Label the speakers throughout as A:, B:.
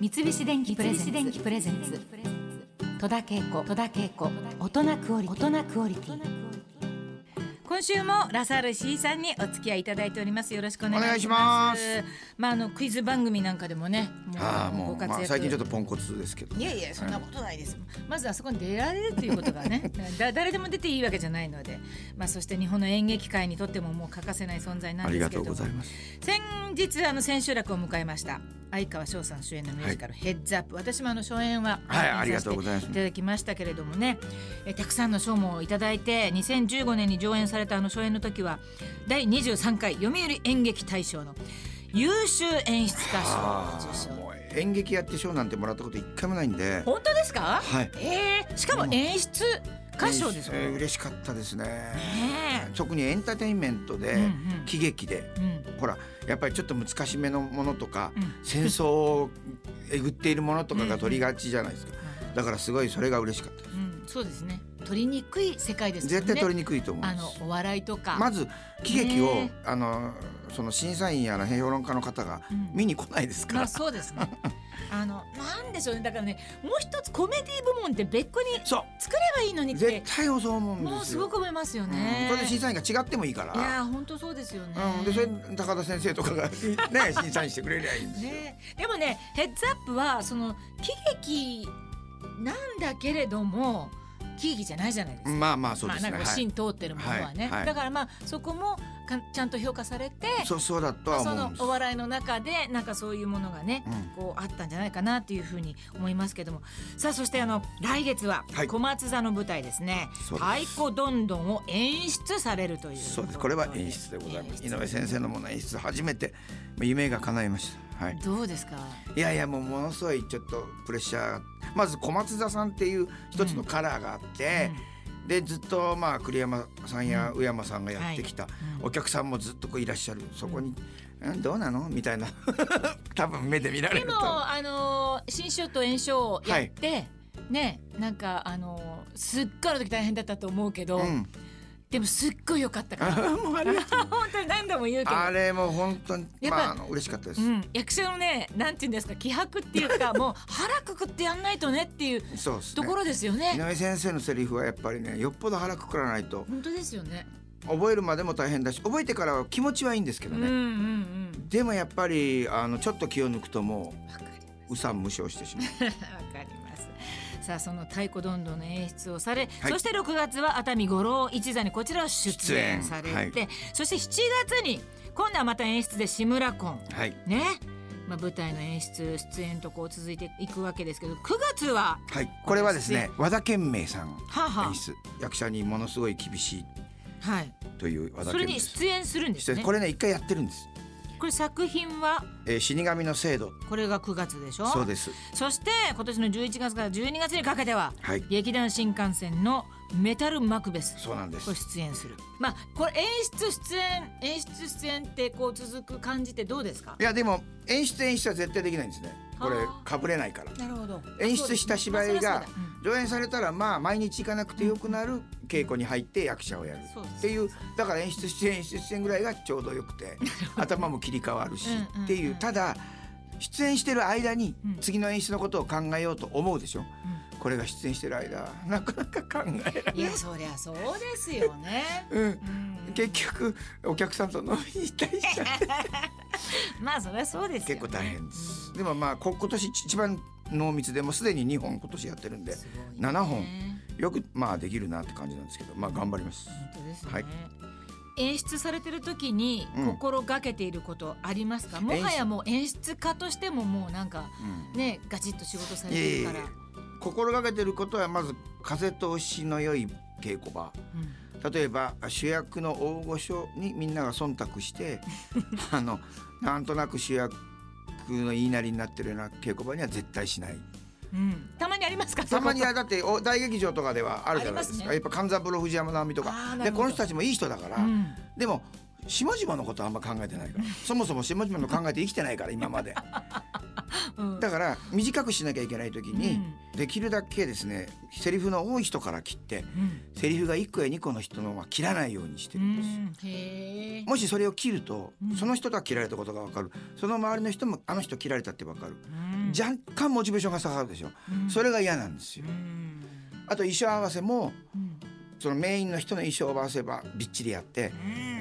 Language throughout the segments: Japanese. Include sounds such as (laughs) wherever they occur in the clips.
A: 三菱電機プレゼンツ戸田恵子戸田恵子大人クオリティ大人クオリティ今週もラサール石井さんにお付き合いいただいておりますよろしくお願いします
B: お願いし
A: まああのクイズ番組なんかでもねも
B: ああ
A: も
B: もう、まあ、最近ちょっとポンコツですけど
A: いやいやそんなことないです、まずあそこに出られるということが
B: (laughs)
A: ねだ誰でも出ていいわけじゃないので、まあ、そして日本の演劇界にとってももう欠かせない存在な
B: あ
A: ん
B: り
A: です
B: が
A: け
B: と
A: れ
B: う
A: ど
B: ご
A: も
B: ざいます
A: 先日あの千秋楽を迎えました相川翔さん主演のミュージカル「ヘッズアップ」私もあの初演は
B: は
A: 拝
B: い
A: 見
B: ありがとう
A: さ
B: ご
A: せて
B: ざいます
A: いただきましたけれどもねえたくさんの賞もいただいて2015年に上演されたあの初演の時は第23回読売演劇大賞の優秀演出家
B: あ
A: 賞を受賞
B: あもう演劇やって賞なんてもらったこと一回もないんで
A: 本当ですか、
B: はい
A: えー、しかも演出歌唱ですも
B: えー
A: んね
B: 嬉しかったですね
A: え
B: 特にエンターテインメントで、
A: うんうん
B: 喜劇で
A: うん
B: ほらやっぱりちょっと難しめのものとか、
A: うん
B: 戦争をえぐっているもの
A: (laughs)
B: とかが取りがちじゃないですか、
A: う
B: だからすごいそれが嬉しかったで
A: うん、そうですね取りにくい世界ですすもんね
B: 絶対取りにくいと思うん
A: あ
B: です
A: のお笑いとか、
B: まず喜劇を、
A: ね
B: あのその審査員やら評論家の方が
A: うん
B: 見に来ないですから、
A: まあそうです
B: (laughs)
A: ね。あのなんでしょうねだからねもう一つコメディ部門って別個に
B: そ
A: 作ればいいのに
B: う
A: って
B: 絶対そう思うんですよ
A: もうすごく思いますよ
B: うん
A: ね。
B: それで審査員が違ってもいいから
A: いやー本当そうですよね。
B: うん、でそれ高田先生と
A: (laughs)
B: かがね審査員してくれりゃいいんですよ、
A: ねでもねヘッズアップはその喜劇なんだけれども喜劇じゃないじゃないですか。
B: まあまあそうですね、
A: まあなんか
B: は
A: 芯
B: い、
A: 通ってるものはね、
B: はいはい
A: だからまあそこもかちゃんと評価されて
B: そうそうだと
A: ま
B: は
A: あ
B: 思
A: そ
B: うん
A: の
B: です
A: お笑いの中でなんかそういうものがね、
B: うん
A: こうあったんじゃないかなっていうふうに思いますけどもさあそしてあの来月は
B: はい
A: 小松座の舞台ですね「
B: そうです
A: 太鼓どんどん」を演出されるという
B: そうですこれは演出でございます井上先生のもの演出初めて夢が叶いましたはい
A: どうですか
B: いやいやもうものすごいちょっとプレッシャーがまず小松座さんっていう一つのカラーがあって、でずっとまあ栗山さんや宇山さんがやってきた、
A: うん
B: お客さんもずっとこういらっしゃるそこに、うん、どうなのみたいな (laughs) 多分目で見られ
A: で
B: る
A: も
B: と思う
A: あのー新春と演唱をやって、ねなんかあのーすっごいあの時大変だったと思うけど、
B: うん、
A: でもすっごい良かったか
B: あ
A: ら
B: もうありがとう
A: 本当に何度も言うけど
B: (laughs) あれも本当に
A: やっぱ
B: まああの嬉しかったです、
A: うん、役者のねなんて言うんですか気迫っていうかもう腹くくってやんないとねっていう
B: そうです
A: と
B: ね
A: ころですよね
B: 井上先生のセリフはやっぱりねよっぽど腹くくらないと
A: 本当ですよね
B: 覚えるまでも大変だし覚えてからは気持ちはいいんですけど
A: うんうん
B: ね、
A: うん
B: でもやっぱりあのちょっと気を抜くとも
A: わかり
B: ううさん無償してしまう
A: わかりますさあその太鼓どんどんの演出をされ、
B: はい
A: そして6月は熱海五郎一座にこちらは出演されて、
B: 出演
A: そして7月に今度はまた演出で志村婚
B: はい
A: ね、まあ、舞台の演出出演とこう続いていくわけですけど9月は
B: はいこれはですね和田健明さん
A: はあは
B: 演出役者にものすごい厳しい
A: あはい
B: という和田
A: それ
B: 健明
A: に
B: さん
A: 出演するんですね
B: これね一回やってるんです、
A: これ作品は
B: えー、死神の制度
A: これが9月でしょ
B: そうです
A: そして今年の11月から12月にかけては
B: はい
A: 劇団新幹線のメタルマクベス
B: そうなんです
A: これ出演するまあこれ演出出演演出出演ってこう続く感じってどうですか
B: いやでも演出演出は絶対できないんですねこれ
A: はあ
B: かぶれないから
A: なるほど
B: 演出した芝居が
A: あ
B: 上演されたらまあ毎日行かなくてよくなる稽古に入って役者をやる
A: そうです
B: っていうだから演出出演出演ぐらいがちょうどよく
A: (laughs)
B: て頭も切り替わるし
A: うんうん
B: っていうただ出演してる間に
A: うん
B: 次の演出のことを考えようと思うでしょ
A: ん
B: これが出演してる間なかなか考えられ
A: いやそりゃそうですよね
B: うん
A: うん
B: 結局お客さんと飲みに行ったりしちゃう
A: まあそりゃそうですよ
B: 結
A: ね
B: 構大変です
A: うん
B: でもまあこ今年一番濃密でもうすでに2本今年やってるんです
A: ごいね
B: 7本よくまあできるなって感じなんですけどまあ頑張ります
A: 本当ですね、
B: はい
A: 演出されてる時に
B: うん
A: 心がけていることありますか、もはやもう演出家としてももうなんか
B: うん
A: ねガチッと仕事されてるから、
B: いえい心がけてることはまず風通しの良い稽古場例えば主役の大御所にみんなが忖度して
A: (laughs)
B: あのなんとなく主役の言いなりになってるような稽古場には絶対しない
A: うんうんたまにありますか
B: たまに
A: そ
B: はだってお大劇場とかではあるじゃないです
A: あります
B: か
A: ね
B: やっぱ勘三郎藤山直美と
A: あー
B: か
A: なるほ
B: で
A: ど
B: この人たちもいい人だから、
A: こうん
B: でも下々のことはあんま考えてないから
A: (laughs)
B: そもそも下々の考えて生きてないから今まで
A: うん
B: だから短くしなきゃいけない時に、できるだけですねセリフの多い人から切って
A: うん
B: セリフが1個や2個の人のは切らないようにして
A: う
B: るんです、
A: んへえ
B: もしそれを切ると
A: うん
B: その人とは切られたことが分かるその周りの人もあの人切られたって分かる、
A: うん
B: 若干モチベーションが下がるでしょ、
A: うん
B: それが嫌なんですよ
A: うん
B: あと衣装合わせも
A: うん
B: そのメインの人の衣装を合わせばびっちりやっ
A: う
B: て、
A: ん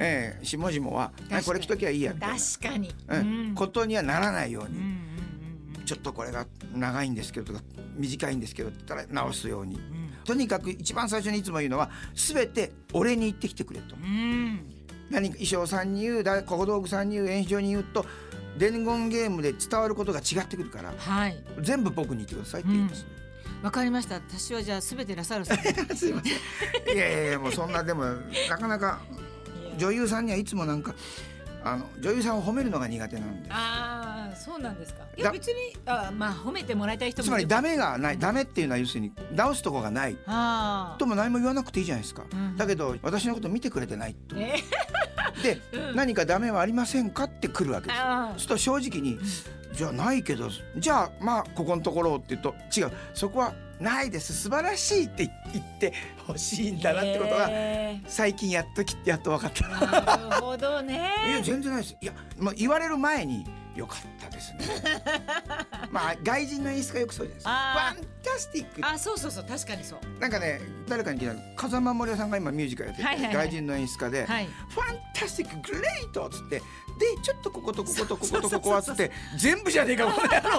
B: ええしもじもは
A: かに
B: あこれ着ときゃいいやみたいな
A: 確かに、
B: う
A: うんん
B: ことにはならないよう
A: うん
B: に、
A: うんうん
B: ちょっとこれが長いんですけどとか短いんですけどって言ったら直すようにとにかく一番最初にいつも言うのは全て俺に言ってきてくれと
A: うんうん
B: 何か衣装さんに言うだ小道具さんに言う演習に言うと伝言ゲームで伝わることが違ってくるから
A: はい
B: 全部僕に言ってくださいって言います、
A: わかりました私はじゃあすべてラサール (laughs) さん
B: すいませんいやいやいやもうそんなでもなかなか女優さんにはいつもなんかあの女優さんを褒めるのが苦手なんで
A: ああそうなんですかい
B: だ
A: や別にあまあ褒めてもらいたい人も
B: つまり
A: いる
B: ダメがないダメっていうのは要するに直すとこがない
A: あ
B: とも何も言わなくていいじゃないですか、
A: うん
B: だけど私のこと見てくれてないと
A: ーえ (laughs)
B: で、何かダメはありませんかって来るわけですよ
A: あ
B: そうすると正直に「じゃあないけどじゃあまあここのところを」って言うと「違うそこはないです素晴らしい」って言ってほしいんだなってことが
A: え
B: 最近やっときやっと分かった。
A: ーなるほど (laughs)
B: いや
A: ね
B: 全然ないですいや、まあ、言われる前に「よかったです
A: (laughs)
B: ね」まあ外人の演出がよくそうじゃないですか「
A: あ
B: ファンタスティック」
A: あそうそうそう確かにそう
B: なんかね誰かに聞いたの風間守屋さんが今ミュージカルやってて、
A: はいはいはい
B: 外人の演出家で、
A: はい
B: ファンタスティックグレートっつってでちょっとこことこことこことここはっつって全部じゃねえかこの野郎って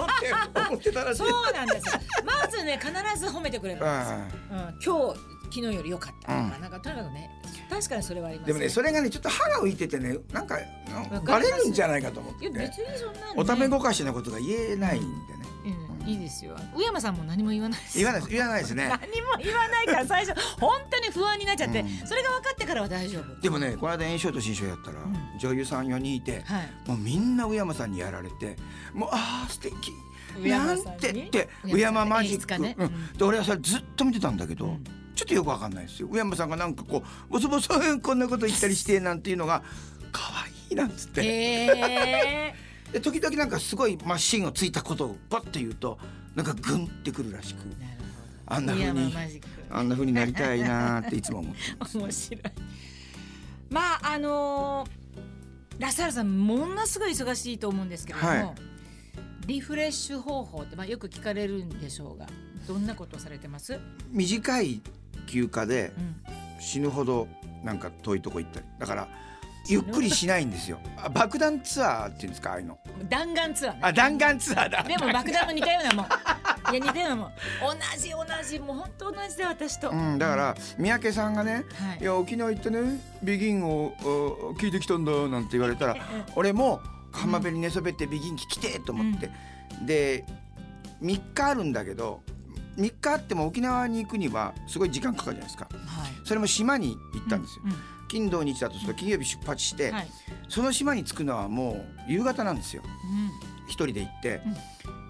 B: 思ってたらしい。
A: そうなんですよまずね必ず褒めてくれるんですよ
B: うん
A: うん、今日昨日より良かった、
B: うん
A: なんかとにかくね確かにそれはあります
B: でもねそれがねちょっと歯が浮いててねなんか
A: ます
B: バレるんじゃないかと思っ
A: い
B: て
A: や別にそんなのね
B: おためごかしなことが言えないんでね
A: うんいいですよ上山さんも何も言わないです
B: 言わないです言わないですね
A: 何も言わないから最初本当に不安になっちゃって、
B: うん
A: それが分かってからは大丈夫
B: でもねこの間演唱と新章やったら
A: ん
B: 女優さん4人いて
A: はい
B: もうみんな上山さんにやられてもうああ素敵
A: 上
B: な
A: 山
B: ん
A: さんに
B: てって
A: 上
B: 上
A: 山
B: 山
A: さん
B: マジ
A: 演出家ね
B: ックうんで俺はそれずっと見てたんだけ
A: う
B: ど
A: ん
B: ちょっとよくわかんないですよ上山さんがなんかこうボソボソこんなこと言ったりしてなんていうのが可愛いなんつって
A: え
B: で時々なんかすごいマシンをついたことをパッと言うとなんかグンってくるらしく
A: ー、なる
B: (laughs) あん
A: ほど
B: な
A: 上
B: 風
A: 山
B: に
A: マジッ
B: あんな風になりたいなーっていつも
A: (laughs)
B: 思って
A: ク面白いまああのーラサールさんものすごい忙しいと思うんですけれども、
B: はい
A: リフレッシュ方法って、まあ、よく聞かれるんでしょうがどんなことをされてます、
B: 短い休暇で
A: うん
B: 死ぬほどなんか遠いとこ行ったりだからゆっくりしないんですよあ爆弾ツアーっていうんですかああいうの
A: 弾丸ツアーね
B: あ弾丸ツアーだ
A: でも爆弾も似たようなもんいや似たようなもん同じ同じもう本当同じで私と、
B: う
A: は
B: ん、だから三宅さんがね
A: い
B: 「いや沖縄行ってねビギンをあ聞いてきたんだ」なんて言われたら俺も浜辺に寝そべってビギン聞きてえと思って、で3日あるんだけど3日あっても沖縄に行くにはすごい時間かかるじゃないですか
A: はい
B: それも島に行ったんですよ、
A: う
B: 金土日だとすると金曜日出発して、
A: はい、
B: その島に着くのはもう夕方なんですよ
A: うん
B: 一人で行って、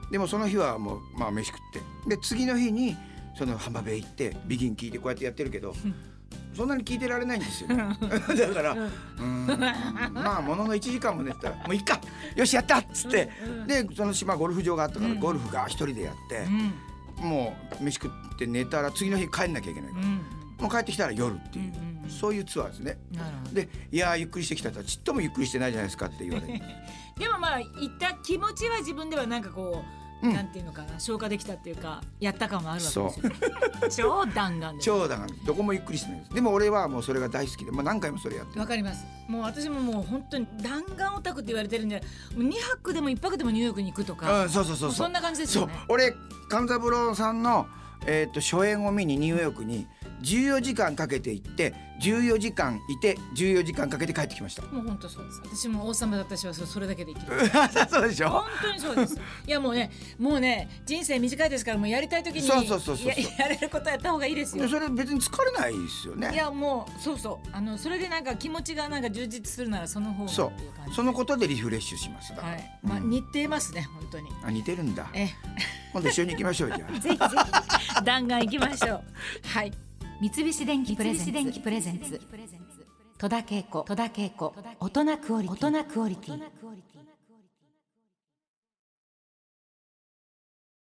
B: でもその日はもうまあ飯食ってで次の日にその浜辺行ってビギン聞いてこうやってやってるけど、そんなに聞いてられないんですよ、ね、 (laughs) だから、うーんまあものの1時間も寝てたら「もういいかよしやった!」っつって、でその島ゴルフ場があったからゴルフが一人でやって、もう飯食って寝たら次の日帰んなきゃいけないから、もう帰ってきたら夜っていう、
A: うんうん
B: そういうツアーですね。
A: なるほどで
B: で「いやーゆっくりしてきた」とちっともゆっくりしてないじゃないですか」って言われて
A: もまあ言った気持ちは自分ではなんかこう、
B: うん
A: なんていうのかな消化できたっていうかやった感はあるわけ
B: そう
A: ですよ (laughs) 超弾丸です
B: 長蛇がどこもゆっくりしてないですでも俺はもうそれが大好きで、まあ、何回もそれやってる
A: わかりますもう私ももう本当に弾丸オタクって言われてるんでもう2泊でも1泊でもニューヨークに行くとか、
B: うんそうそうそう
A: もう
B: そう
A: そんな感じですよね
B: そう俺勘三郎さんの、えー、と初演を見にニューヨークに14時間かけて行って14時間いて14時間かけて帰ってきました
A: もう本当そうです私も王様だったしはそそれだけで生きる
B: そうでしょ
A: 本当 (laughs) にそうです。いやもうね、もうね、人生短いですから、もうやりたい時に
B: そうそうそうそう
A: ややれることやった方がいいですよ
B: で。それ別に疲れないですよ
A: い
B: ね
A: やもうそうそうあのそれでなんか気持ちがなんか充実するならその方
B: そ
A: がっていう感
B: う
A: じ。
B: そのことでリフレッシュしますだから、
A: はい。まあ、
B: うん
A: 似ていますね本当に。
B: あ似てるんだ
A: え
B: 今度一緒に行きましょうじゃあ
A: え、ぜひぜひ弾丸行きましょう。 (laughs) はい。
C: 三菱電機プレゼンツ
A: 三菱電機プレゼンツ
C: 戸田恵子戸田恵子大人クオリティ大人クオリティ